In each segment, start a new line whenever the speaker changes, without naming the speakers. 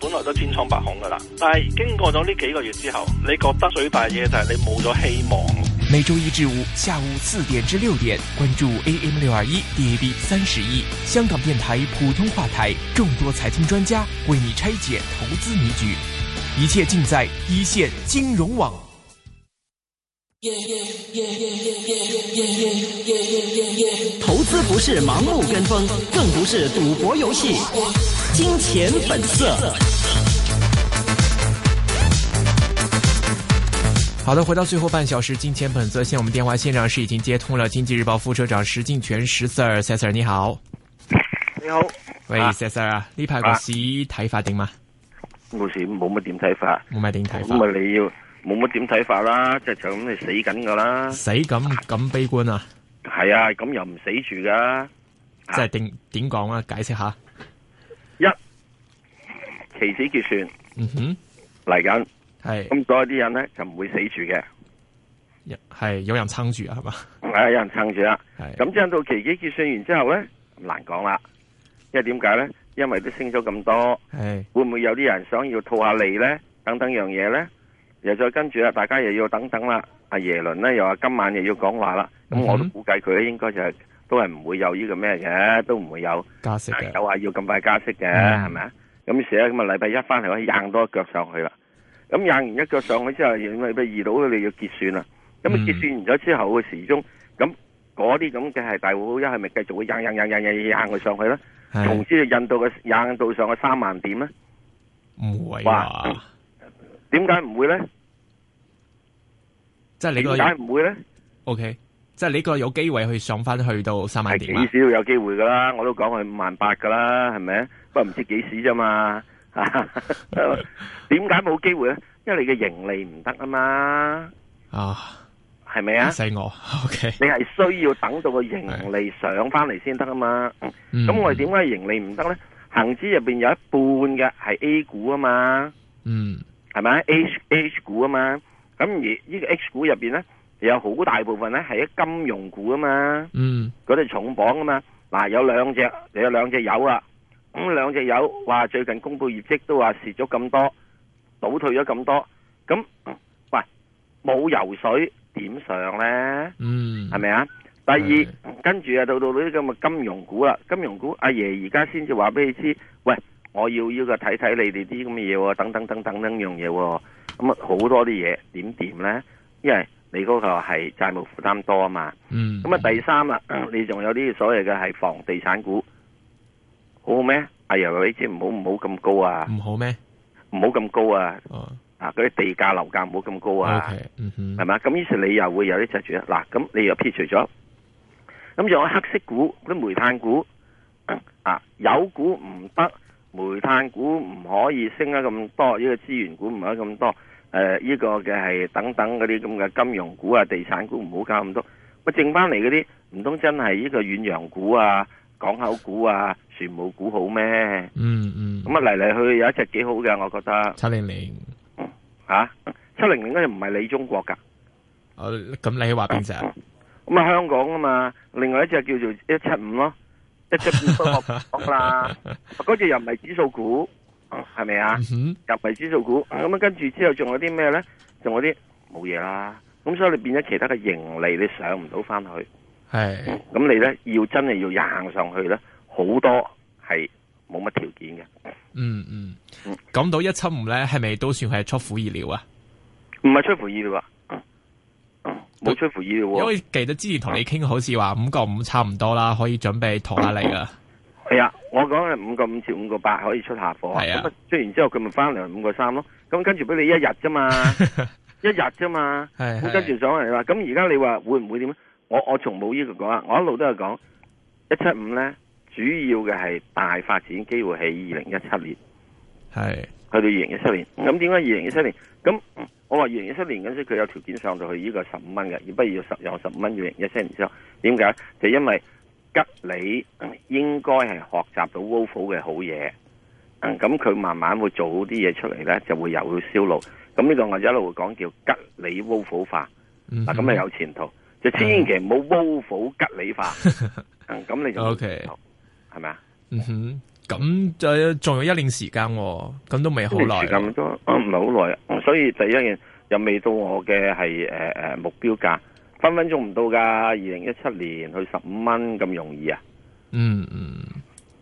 來都千瘡百孔噶啦。但係經過咗呢幾個月之後，你覺得最大嘢就係你冇咗希望。
每周一至五下午四點至六點，關注 AM 六二一 DAB 三十一香港電台普通話台，眾多財經專家為你拆解投資迷局，一切盡在一線金融網。
投資不是盲目跟風，更不是賭博遊戲，金錢本色。
好的，回到最後半小時，金錢本色。現在我們電話線上是已經接通了經濟日報副社長石鏡泉石 Sir，Sir 你好，
你好，
喂石 Sir 啊，呢排個市睇法點啊？
冇事，冇乜點睇法，
冇乜點睇
法，咁咪你要冇乜點睇法啦，即係就咁你死緊噶啦，
死咁咁悲觀啊？
係啊，咁又唔死住噶，
即係點點講啊？解釋下，
一期指結算，
嗯哼，
嚟緊。
係，
咁所以啲人咧就唔會死住嘅，
係有人撐住啊，係嘛？
係有人撐住啦。
係，
咁即係到期指結算完之後咧，難講啦。因為點解咧？因為都升咗咁多，
係，
會唔會有啲人想要套下利咧？等等樣嘢咧，又再跟住啦，啊大家又要等等啦。阿耶倫咧又話今晚又要講話啦，咁我都估計佢咧應該就係、都係唔會有呢個咩嘅，都唔會有
加息啊嘅，
有話要咁快加息嘅，
嗯
係咪啊？咁於是咧，咁啊禮拜一翻嚟可以硬多一腳上去啦。咁硬完一腳上去之後，禮拜二到你要結算啦。咁啊
嗯
結算完咗之後嘅時鐘，咁嗰啲咁嘅係大戶一係咪繼續會硬硬硬硬硬硬佢上去咧？
係
從之印度嘅硬到上去三萬點咧，
唔會
哇
話，
點解唔會咧？
即係你
點
個
解唔會咧？
OK，即係你個有機會去上翻去到三萬
係
點啊
幾？時都有機會噶啦，我都講佢五萬八噶啦，係咪？不過唔知幾時啫嘛。點解冇機會咧？因為你嘅盈利唔得啊嘛，
啊，
係咪啊？
死我，OK，
你係需要等到個盈利上翻嚟先得啊嘛。
嗯
咁我哋點解盈利唔得咧？恒指入邊有一半嘅係 A 股啊嘛，
嗯
係咪 H H 股啊嘛？咁而呢個 H 股入邊咧，有好大部分咧係啲金融股啊嘛，
嗯
嗰啲重磅啊嘛。嗱，有兩隻，有兩隻有啊。咁兩隻有話最近公布業績都話蝕咗咁多，倒退咗咁多。咁喂，冇游水點上咧？
嗯，
係咪啊？第二，跟住啊，到到呢啲咁嘅金融股啦，金融股阿爺而家先至話俾你知，喂，我要呢個睇睇你哋啲咁嘅嘢喎，等等等等等樣嘢喎，咁啊好多啲嘢點掂呢？因為你嗰個係債務負擔多啊嘛，
嗯，
咁啊 第三啦，你仲有啲所謂嘅係房地產股，好咩？阿爺話你知唔好唔好咁高啊，
嗯唔好咩？
唔好咁高啊，
哦
啊嗰啲地價樓價唔好咁高啊。
，OK，嗯哼
係，嘛？咁於是你又會有啲窒住啦。嗱，咁你又撇除咗，咁仲有黑色股、嗰啲煤炭股啊，有股唔得，煤炭股唔可以升得咁多，呢、個資源股唔可以咁多，誒、呢、個嘅係等等嗰啲咁嘅金融股啊、地產股唔好搞咁多。乜剩翻嚟嗰啲，唔通真係呢個遠洋股啊、港口股啊、船務股好咩？
嗯嗯，
咁啊嚟嚟去去有一隻幾好嘅，我覺得
七零零，
嚇七零零嗰隻唔係你中國㗎。
哦，咁你話邊隻啊？
咁啊香港啊嘛，另外一隻叫做一七五咯，一七五都學啦，嗰隻又唔係指數股，係咪啊
嗯？哼，
又唔係指數股，咁啊跟住之後仲有啲咩咧？仲有啲冇嘢啦，咁所以你變咗其他嘅盈利你上唔到翻去，
係，
咁你咧要真係要硬上去咧，好多係冇乜條件嘅。
嗯嗯，講到一七五咧，係咪都算係出乎意料啊？
唔係出乎意料啊，嗯冇出乎意料
因
喎。
為記得之前同你傾，好
啊
似話五個五差唔多啦，可以準備托下你啦。
係啊，我講係五個五至五個八可以出下貨，
係啊
咁出完之後佢咪翻嚟五個三咯，咁跟住俾你一日啫嘛，一日啫嘛，
係
咁跟住上嚟啦，咁而家你話會唔會點咧？我我從冇呢個講啊，我一路都係講一七五咧，主要嘅係大發展機會喺二零一七年，去啊
係
到二零一七年，咁點解二零一七年？咁我話二零一七年嗰陣時佢有條件上到去呢個十五蚊嘅，而不如要十由十五蚊二零一七年之後，點解？就因為吉利嗯應該係學習到 Wolf 嘅好嘢，嗯咁佢慢慢會做好啲嘢出嚟咧，就會有銷路。咁呢個我一路講叫吉利 Wolf 化，
嗯
嗱
哼
啊咁你有前途，就千祈唔好 Wolf 吉利化，嗯咁你就冇
OK
前途係咪啊？
嗯哼，咁就仲有一年時間喎，咁都未好耐
時。間都啊唔係好耐啊，所以第一樣又未到我嘅係誒誒目標價，分分鐘唔到㗎。二零一七年去十五蚊咁容易啊？
嗯嗯，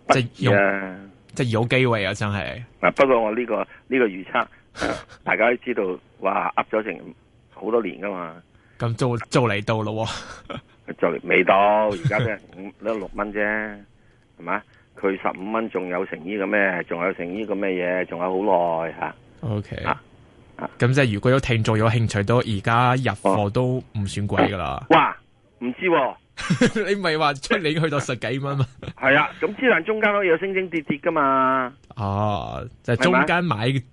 不
即係用
易啊！
即係有機會啊，真係。
嗱，不過我呢、個呢、個預測， 大家都知道，哇，噏咗成好多年㗎嘛，
咁做做嚟到咯
啊
喎，
就嚟未到，而家都係五 都係六蚊啫，係嘛？佢十五蚊仲有成呢個咩？仲有成呢個咩嘢？仲有好耐嚇。
OK
啊啊。
咁即係如果有聽眾有興趣，都而家入
哦
貨都唔算貴噶啦。
哇，唔知喎、
你咪話出年去到十幾蚊 嘛？
係啊，咁之但中間可以有升升跌跌㗎嘛。
哦，就係
啊係咪
中間買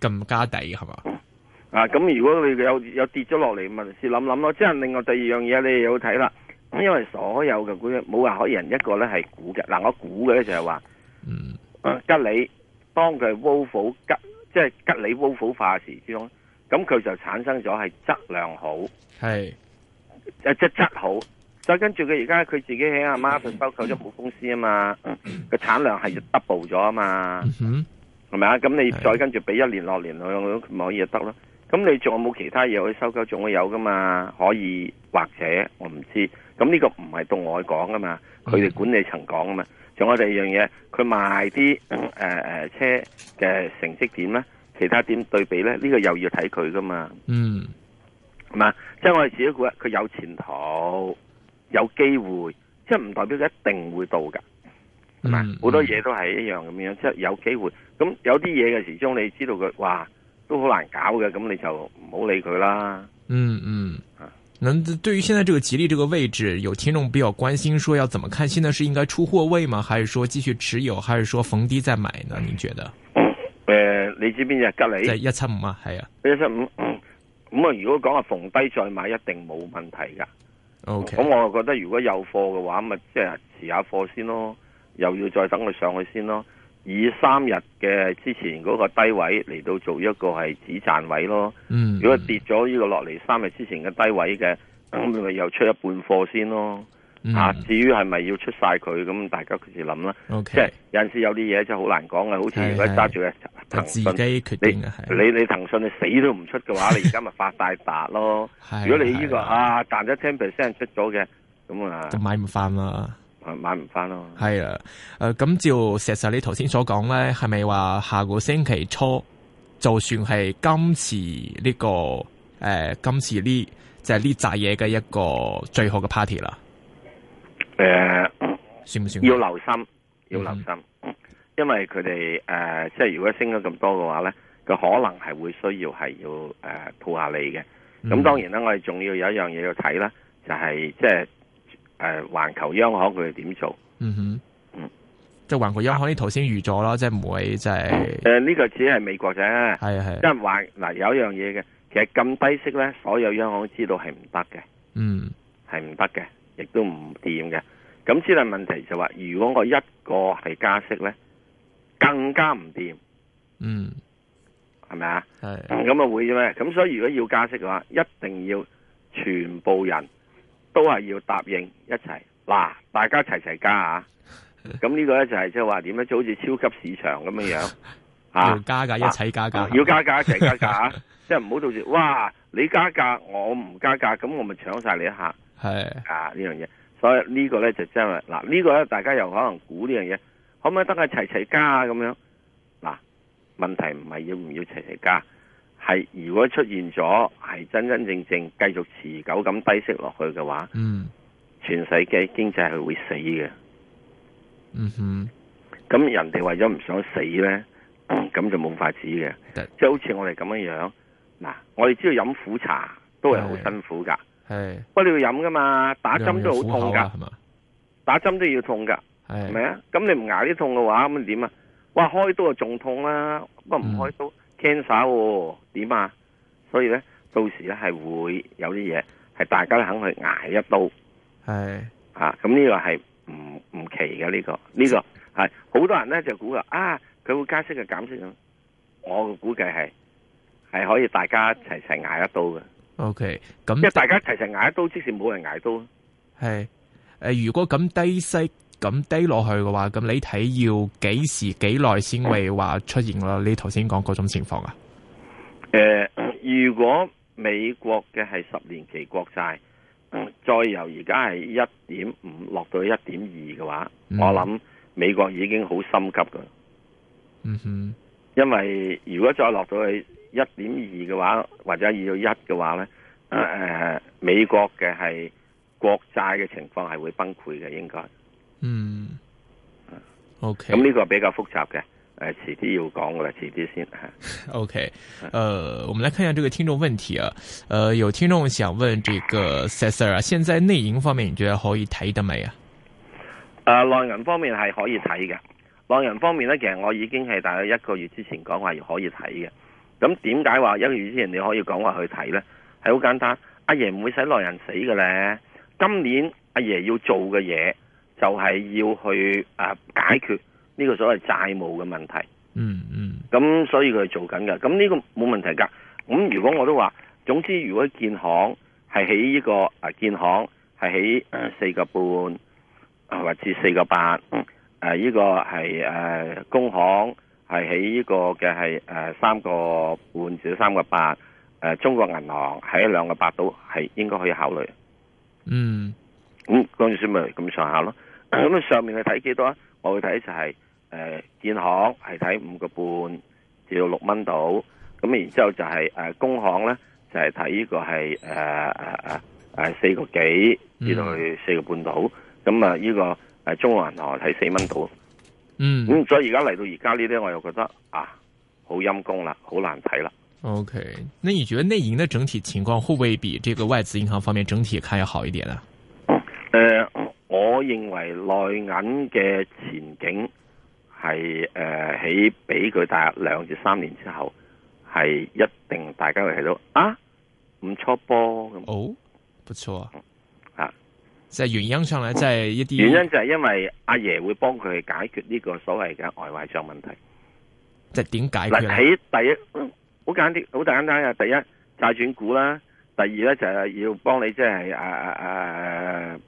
咁加底係嘛？
啊，咁如果你有有跌咗落嚟，咪試諗諗咯。即係另外第二樣嘢，你哋有睇啦。咁因為所有嘅股票冇話可以人一個咧係估嘅。嗱，我估嘅咧就係話，
嗯
啊吉利當佢 w o l f 吉，即係吉利 w o l f 化時之中，咁佢就產生咗係質量好，
係
誒即係質好。再跟住佢而家佢自己喺阿媽度收購咗母公司啊嘛，個產量係 double 咗啊嘛。
嗯哼，
係咪啊？咁你
係
再跟住俾一年落年兩年，咪可以就得咯。咁你仲有冇其他嘢可以收購？仲會有噶嘛？可以或者我唔知。咁呢個唔係到我講噶嘛，佢哋管理層講噶嘛。仲有第二樣嘢，佢賣啲誒誒車嘅成績點咧，其他點對比咧，呢、個又要睇佢噶嘛，
嗯
係嘛？即係我哋自己估，佢有前途，有機會，即係唔代表佢一定會到㗎。係嘛
嗯，
啊好多嘢都係一樣咁樣，即係有機會。咁有啲嘢嘅時鐘，你知道佢哇都好難搞嘅，咁你就唔好理佢啦。
嗯嗯
啊。
能对于现在这个吉利这个位置，有听众比较关心，说要怎么看？现在是应该出货位吗？还是说继续持有？还是说逢低再买呢？您觉得？
诶、你知邊只吉
即係
利
一七五啊，係啊
一七五咁啊？如果講話逢低再買，一定冇問題㗎。
，OK，
咁我覺得如果有貨嘅話，咪即係持下貨先咯，又要再等佢上去先咯。以三日嘅之前嗰個低位嚟到做一個係止賺位咯。
嗯，
如果跌咗呢個落嚟三日之前嘅低位嘅，咁你咪又出一半貨先咯。
嗯
啊，至於係咪要出晒佢，咁大家佢自諗啦。即係
，OK，
有陣時有啲嘢真係好難講嘅，好似如果
係係
揸住嘅
就
騰
自己
訊，
決
你
定啊，係
你你騰訊你死都唔出嘅話，你而家咪發大達咯。
係。
如果你呢個
係
啊彈咗 ten percent 出咗嘅，咁啊
就買唔翻啦，
啊買唔翻咯。
係啊，诶、咁照石 Sir 你頭先所講咧，係咪話下個星期初，就算係今次呢、個个呃今次呢就係呢扎嘢嘅一個最好嘅 party 啦，
誒，
算唔算？啊
要留心，要
嗯
留心，因為佢哋誒即係如果升咗咁多嘅話咧，佢可能係會需要係要誒套下你嘅。
嗯
咁當然啦，我哋仲要有一樣嘢要睇啦，就係即係誒環球央行佢哋點做。
嗯哼，
嗯
即係環球央行呢頭先預咗啦，即係唔會即係
誒、呃呢、個只係美國啫，
嗯係啊係
因
啊，
為環嗱有一樣嘢嘅，其實咁低息咧，所有央行都知道係唔得嘅，
嗯
係唔得嘅，亦都唔掂嘅。咁只係問題就話，如果我一個係加息咧，更加唔掂，
嗯
係咪啊？
係
咁啊會啫咩？咁所以如果要加息嘅話，一定要全部人都係要答應一齊嗱，大家齊齊加 啊！咁呢個咧就係即係話點咧，就好似超級市場咁樣 樣
要
啊！
加價一齊加價，
要加價一齊加價啊！即係唔好到時哇，你加價我唔加價，咁我咪搶晒你一下
係
啊呢樣嘢。所以呢個咧就真係嗱，呢個咧大家又可能估呢樣嘢，可唔可以得啊齊齊加啊咁樣？嗱，問題唔係要唔要齊齊加，係如果出現咗係真真正正繼續持久咁低息落去嘅話，
嗯
全世界經濟係會死嘅。
嗯哼。
咁人哋為咗唔想死呢，咁就冇法子嘅
得。
即係好似我哋咁樣樣，嗱，我哋知道飲苦茶都係好
係
辛苦㗎，
系
不過你要飲㗎嘛，打針都好痛㗎，
啊系嘛？
打針都要痛㗎，係咪
系
啊？咁你唔捱啲痛嘅話，咁點啊？哇，開刀就仲痛啦，不過唔開刀 cancer 喎，點啊？所以呢，到時咧係會有啲嘢係大家都肯去捱一刀。
系
啊，咁呢個係唔唔奇嘅呢、個呢、個係好多人咧就估啦，啊佢會加息嘅減息咁，我估計係係可以大家齊齊捱一刀嘅，
OK。
因為
咁
大家齊齊捱一刀，即使冇人捱刀，
系诶，誒如果咁低息咁低落去嘅話，咁你睇要幾時幾耐先會話出現啦？你頭先講嗰種情況啊？
诶、呃如果美國嘅係十年期國債，嗯再由而家係一點五落到一點二嘅話，
嗯
我諗美國已經好心急噶。
嗯哼，
因為如果再落到去一點二嘅話，或者二到一嘅話呢，诶、美國嘅係國債嘅情況係會崩潰嘅，應該。
嗯，OK，
咁呢個比較複雜嘅，诶、遲啲要講噶啦，遲啲先啊吓。
OK，呃，我们来看一下这个听众问题啊，呃，有听众想问这个 s e s a r 啊，現在內銀方面你覺得可以睇得未啊？
诶、呃內銀方面係可以睇嘅。內銀方面呢，其實我已經係大概一個月之前講話可以睇嘅。咁點解話一個月之前你可以講話去睇呢？係好簡單，阿爺唔會使內人死嘅咧。今年阿爺要做嘅嘢就係要去诶、啊解決呢個所謂債務嘅問題。
嗯嗯
咁所以佢係做緊嘅。咁呢個冇問題㗎。咁如果我都話，總之如果建行係喺呢個啊建行係喺四個半啊或者四個八，誒呢個係誒工行係喺呢個嘅係誒三個半至三個八，誒中國銀行喺兩個八度係應該可以考慮。
嗯
咁嗰陣時咪咁上下咯。 咁啊上面去睇幾多啊？我會睇就係、誒建行係睇五個半至到六蚊度，咁然之後就係、誒工行咧就係睇呢個係誒誒誒誒四個幾至到去四個半度，咁啊呢個誒中國銀行睇四蚊度，
嗯
咁所以而家嚟到而家呢啲我又覺得啊好陰功啦，好難睇啦。
，OK，那你覺得內銀的整體情況會不會比這個外資銀行方面整體看要好一點呢、
誒、呃我認為內銀嘅前景係誒喺俾佢大約兩至三年之後係一定大家會睇到啊唔錯噃咁。
哦，不錯
啊，
在原因上來，在一啲
原因就係因為阿爺會幫佢解決呢個所謂嘅外壞帳問題。
即係點解啊
嗱
決呢？
喺第一好簡單，好簡單嘅。第一債轉股啦，第二咧就係要幫你即係誒誒誒，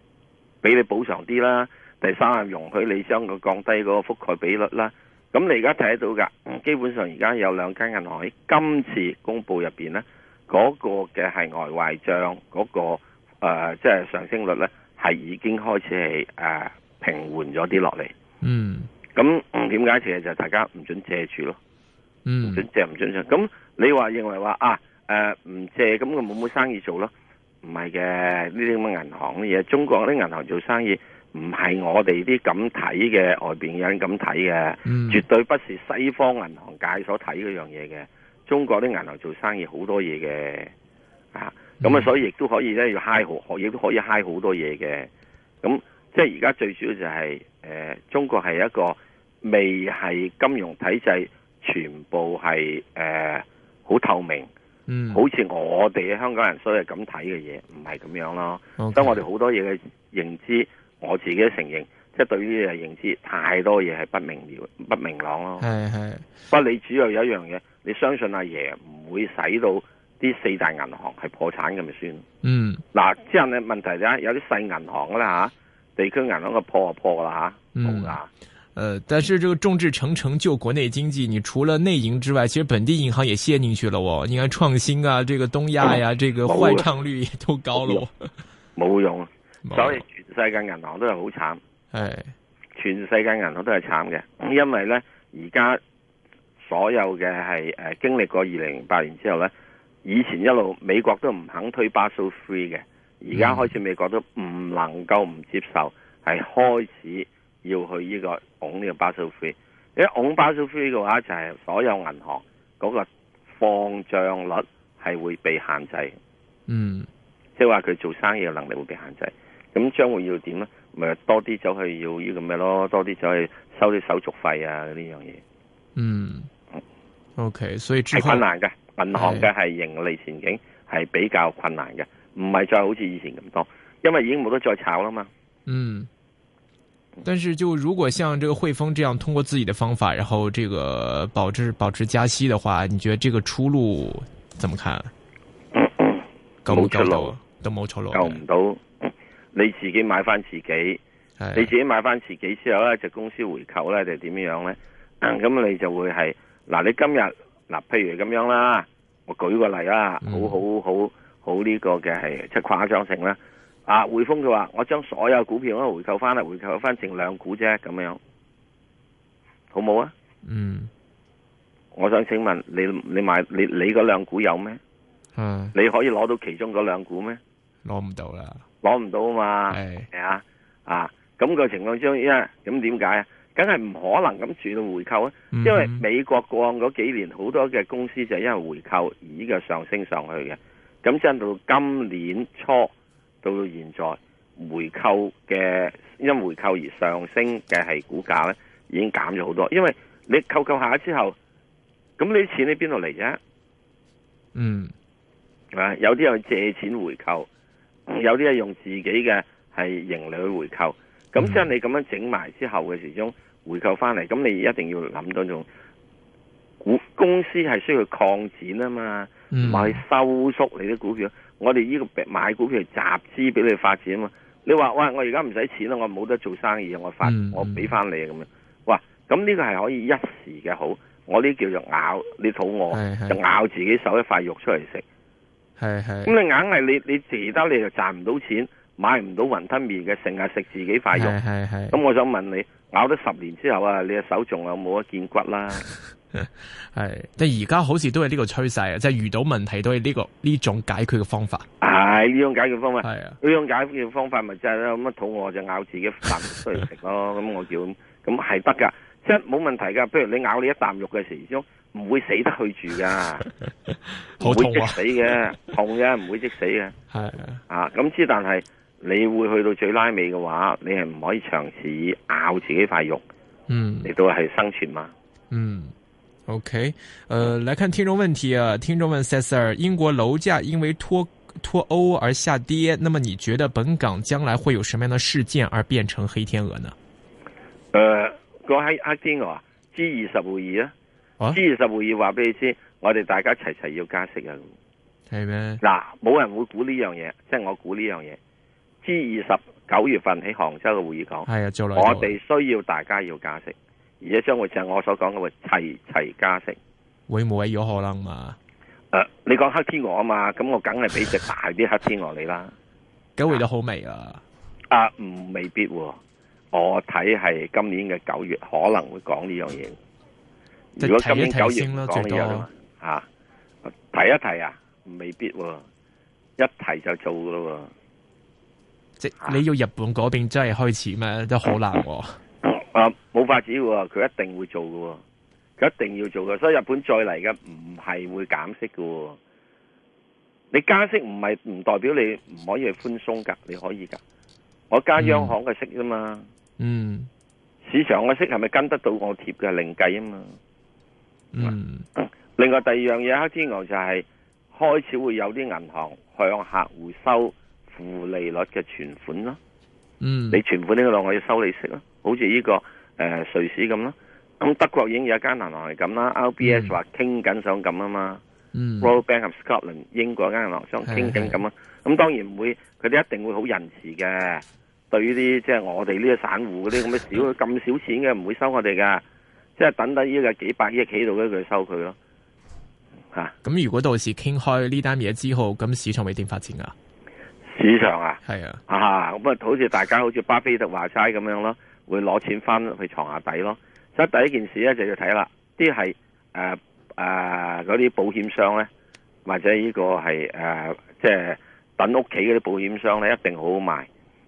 俾你補償啲啦。第三係容許你將佢降低嗰個覆蓋比率啦。咁你而家睇得到㗎，基本上而家有兩間銀行喺今次公佈入邊咧，嗰、個嘅係外壞帳嗰、個呃即係上升率咧，係已經開始係誒、呃平緩咗啲落嚟。
嗯
咁嗯點解？其實就係大家唔準借住咯。
嗯
准借唔准借？咁你話認為話啊誒唔、借咁佢冇冇生意做咯？唔係嘅，呢啲咁嘅銀行嘅嘢，中國啲銀行做生意唔係我哋啲咁睇嘅外邊嘅人咁睇嘅，
嗯
絕對不是西方銀行界所睇嗰樣嘢嘅。中國啲銀行做生意好多嘢嘅，啊咁啊，
嗯
所以亦都可以咧要嗨好，亦都可以嗨好多嘢嘅。咁即係而家最主要就係、呃中國係一個未係金融體制全部係誒好透明，
嗯，
好似我哋香港人所謂咁睇嘅嘢，唔係咁樣咯。
好
所以我哋好多嘢嘅認知，我自己都承認，即係對於嘢認知太多嘢係不明瞭、不明朗咯。
係係
不過你主要有一樣嘢，你相信阿爺唔會使到啲四大銀行係破產咁咪算。
嗯
嗱，之後你問題就係有啲細銀行㗎啦嚇，地區銀行嘅破就破㗎啦嚇，
嗯
冇㗎。
呃，但是这个众志成城救国内经济，你除了内银之外，其实本地银行也陷进去了哦。你看创新啊，这个东亚呀、这个坏账率也都高了哦。
冇用。所以
以，
全世界銀行都係好慘，
哎，
全世界銀行都係慘嘅，因為呢，而家所有嘅係誒經歷過二零零八年之後呢，以前一路美國都唔肯推 Basel Three 嘅，而家
嗯
開始美國都唔能夠唔接受，係開始要去呢、個拱呢個 Basel Three。一拱 Basel Three 嘅話，就係、所有銀行嗰個放帳率係會被限制。
嗯
即係話佢做生意嘅能力會被限制，咁將會要點呢？咪多啲走去要呢個咩咯，多啲走去收啲手續費啊呢樣嘢
嗯，OK，所以之
係
後
困難嘅，銀行嘅係盈利前景係比較困難嘅，唔係再好似以前咁多，因為已經冇得再炒啦嘛。
嗯，但是就如果像这个汇丰这样通过自己的方法，然后这个保持保持加息的话，你觉得这个出路怎么看？够唔
冇出
够
路
到啊？都冇出路嘅。
救唔到，你自己買翻自己，
係
你自己買翻自己之後咧，就公司回購咧，定係點樣咧？
嗯
咁你就會係嗱，你今日嗱，譬如咁樣啦，我舉個例啦，好
嗯
好好好呢個嘅係即係誇張性啦。啊，匯豐佢話我將所有股票都回購翻啦，回購翻剩兩股啫，咁樣好冇啊？
嗯
我想請問你，你買你你嗰兩股有咩？
嗯，
你可以攞到其中嗰兩股咩？
攞唔到哎啦，
攞唔到啊嘛。
係
係啊，啊，咁、個情況之中，因為咁點解啊？梗係唔可能咁轉到回購啊！
因
因為美國過往嗰幾年好多嘅公司就係因為回購而呢個上升上去嘅，咁真到今年初到到現在回購嘅因回購而上升嘅係股價咧已經減咗好多，因為你購購下之後，咁你啲錢你邊度嚟啫？
嗯
啊，有啲係借錢回購，有啲係用自己嘅係盈利去回購。咁
嗯
即係你咁樣整埋之後嘅時鐘回購翻嚟，咁你一定要諗到種股公司係需要擴展啊嘛，唔
嗯
係收縮你啲股票。我哋呢個買股票係集資俾你發展啊嘛。你話喂，我而家唔使錢啦，我冇得做生意啊，我發
嗯
我俾
嗯
翻你啊咁樣。哇，咁呢個係可以一時嘅好，我呢叫做咬你肚
係係
餓，就咬自己手一塊肉出嚟食。
係係
咁你硬係你你自得你就賺唔到錢，買唔到雲吞麵嘅，成日食自己塊
係
肉。
係係
咁我想問你，咬咗十年之後啊，你嘅手仲有冇一件骨啦？
係，但而家好似都係呢個趨勢啊，即係遇到問題都係呢個呢種解決嘅方法，
唉，呢種解決方法，
係啊，
呢種解決方法咪就係咯，咁啊肚餓就咬自己飯出嚟食咯。咁我叫咁，咁係得㗎，即係冇問題㗎。譬如你咬你一啖肉嘅時鐘，唔會死得去住㗎，
好
唔會
痛
即
啊
死嘅，痛嘅，唔會即死嘅。
係啊
啊，咁之但係你會去到最拉尾嘅話，你係唔可以長時以咬自己塊肉
嗯。
嚟到係生存嘛？
嗯，OK，呃，来看听众问题啊，听众问 s e Sir，英国楼价因为脱脱欧而下跌，那么你觉得本港将来会有什么样的事件而变成黑天鹅呢？
誒、呃個黑黑天鵝啊，G 二十會議啊
啊
，G 二十會議話俾你知，我哋大家齊齊要加息啊！
係咩？
嗱，冇人會估呢樣嘢，即係我估呢樣嘢。G 二十九月份喺杭州嘅會議講，
係啊，做耐咗
我哋需要大家要加息，而且將會就係我所講嘅齊齊加息。
會唔會有可能嘛？
誒、你講黑天鵝啊嘛，咁我梗係俾隻大啲黑天鵝你啦。
咁回到好未啊？
啊，唔未必喎、我睇係今年嘅九月可能會講呢樣嘢。
即係
如果今年
提一
九
提
月
先
唔
啦
講呢
最
樣
多
啊，提一提啊，未必喎、一提就做噶咯
即你要日本嗰邊真係開始咩？都好難喎。
喎。啊，冇法子喎、佢一定會做噶喎、佢一定要做嘅。所以日本再嚟嘅唔係會減息噶喎、你加息唔係唔代表你唔可以去寬鬆㗎，你可以㗎。我加央行嘅息啫嘛。
嗯
市場嘅息係咪跟得到我貼嘅另計啊嘛？
嗯
另外第二樣嘢，黑天鵝就係開始會有啲銀行向客戶收負利率嘅存款咯。
嗯，
你存款呢個度我要收利息咯，好似呢、個誒、呃瑞士咁啦。咁德國已經有一間銀行係咁啦，RBS
嗯
話傾緊想咁啊嘛、
嗯
r o y a l Bank of Scotland 英國間銀行想傾緊咁啊。咁當然唔會，佢哋一定會好仁慈嘅。對於啲即係我哋呢啲散戶嗰啲咁嘅少咁少錢嘅，唔會收我哋噶。即係等等呢個幾百億喺度咧，佢收佢咯。嚇、
咁如果到時傾開呢單嘢之後，咁市場會點發展啊？
市場啊，
係啊，
啊咁啊，好似大家好似巴菲特話齋咁樣咯，會攞錢翻去床下底咯。所以第一件事咧就要睇啦，啲係誒誒嗰啲保險商咧，或者呢個係誒、呃即係等屋企嗰啲保險商咧，一定好好賣。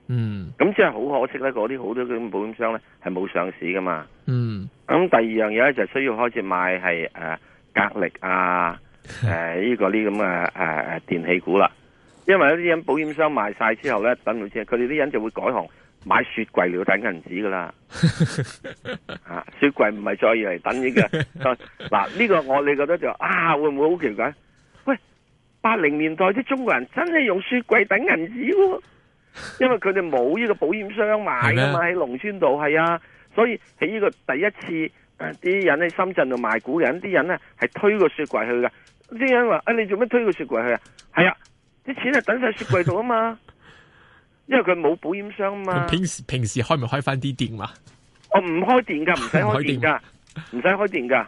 嗯
咁即係好可惜咧，嗰啲好多嗰啲保險商咧係冇上市噶嘛。
嗯
咁第二樣嘢咧就需要開始買係誒、呃格力啊，誒、呢個啲咁嘅誒誒電器股啦，因為有啲人保險商賣晒之後咧，等佢知，佢哋啲人就會改行買雪櫃嚟到等銀紙噶啦，啊雪櫃唔係再嚟等呢、個，嗱呢個我哋覺得就啊會唔會好奇怪？喂，八零年代啲中國人真係用雪櫃等銀紙喎，因為佢哋冇呢個保險商買噶嘛，喺農村度係啊。所以喺呢個第一次，呃啲人喺深圳度賣股嘅人，啲人咧係推個雪櫃去㗎。啲哎人話：啊，你做咩推個雪櫃去啊？係啊，啲錢係等晒雪櫃度啊嘛。因為佢冇保險箱嘛
咁。平時平時開咪開翻啲店嘛？
我哦唔開電㗎， 唔使
唔
開
開電
電㗎，唔使開電㗎。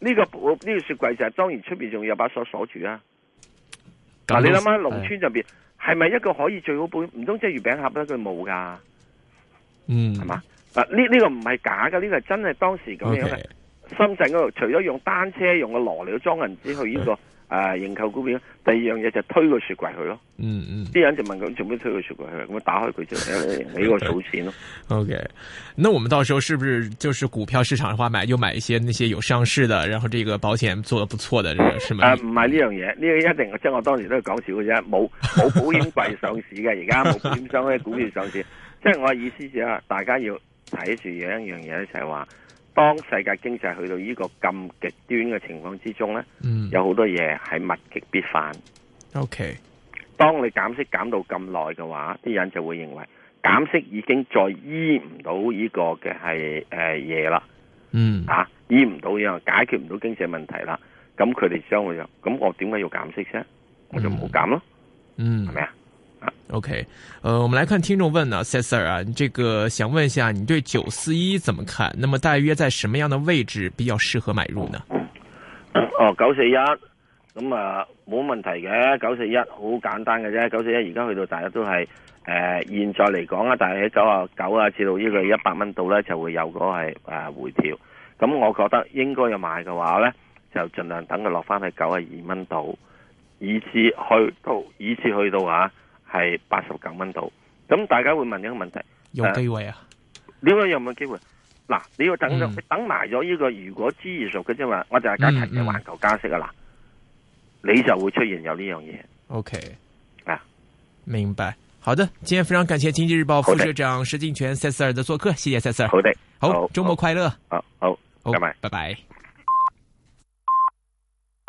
呢、個呢、個雪櫃就係當然出邊仲有把鎖鎖住啊。嗱，你諗下農村入邊係咪一個可以最好保險？唔通即係月餅盒咧？佢冇㗎，
嗯
係嘛？嗱，呢呢個唔係假㗎，呢個係真係當時咁樣嘅。
？OK，
深圳嗰度除咗用單車用個羅嚟到裝銀紙去呢、個
嗯
誒、呃、認購股票，第二樣嘢就推個雪櫃去咯。
嗯嗯。
啲人就問佢做咩推個雪櫃去，咁啊打開佢就誒你呢個數錢咯。
OK，那我们到时候是不是就是股票市场的话买，就买一些那些有上市的，然后这个保险做的不错的，这个是吗？
啊，唔係呢樣嘢，呢、個一定即係我當時都係講笑嘅啫，冇冇保險櫃上市嘅，而家冇保險商嘅股票上市。即係我嘅意思就係大家要睇住有一樣嘢咧，就係話，當世界經濟去到呢個咁極端嘅情況之中咧，
嗯
有好多嘢係物極必反。
，OK，
當你減息減到咁耐嘅話，啲人就會認為減息已經再醫唔到呢個嘅係誒嘢啦。
嗯
啊，醫唔到嘢，解決唔到經濟問題啦，咁佢哋將會有，咁我點解要減息啫？我就唔好減咯，
嗯
係咪啊？
，OK，呃，我们来看听众问呢，Sir Sir 啊，这个想问一下你对九四一怎么看？那么大约在什么样的位置比较适合买入呢？
哦，九四一，咁啊冇問題嘅，九四一好簡單嘅啫，九四一而家去到大約都係誒、呃，現在嚟講啊，大約九啊九啊至到呢個一百蚊度咧，就會有嗰個係誒回調。咁我覺得應該要買嘅話咧，就盡量等佢落翻去九啊二蚊度，以至去到，以至去到啊係八十九蚊度。咁大家會問一個問題。
有機會啊，
你話有冇機會？嗱，你要等咗，
嗯
你等埋咗呢個如果 G 二十嘅啫嘛，我就係解提嘅
嗯嗯
環球加息啊嗱，你就會出現有呢樣嘢。
OK，
啊，
明白。好的，今天非常感謝經濟日報
好
副
的
社長石鏡泉 Sir Sir 的做客，謝謝 Sir Sir。
好的，
好，周末快樂，
好好，
好
拜拜。
拜拜。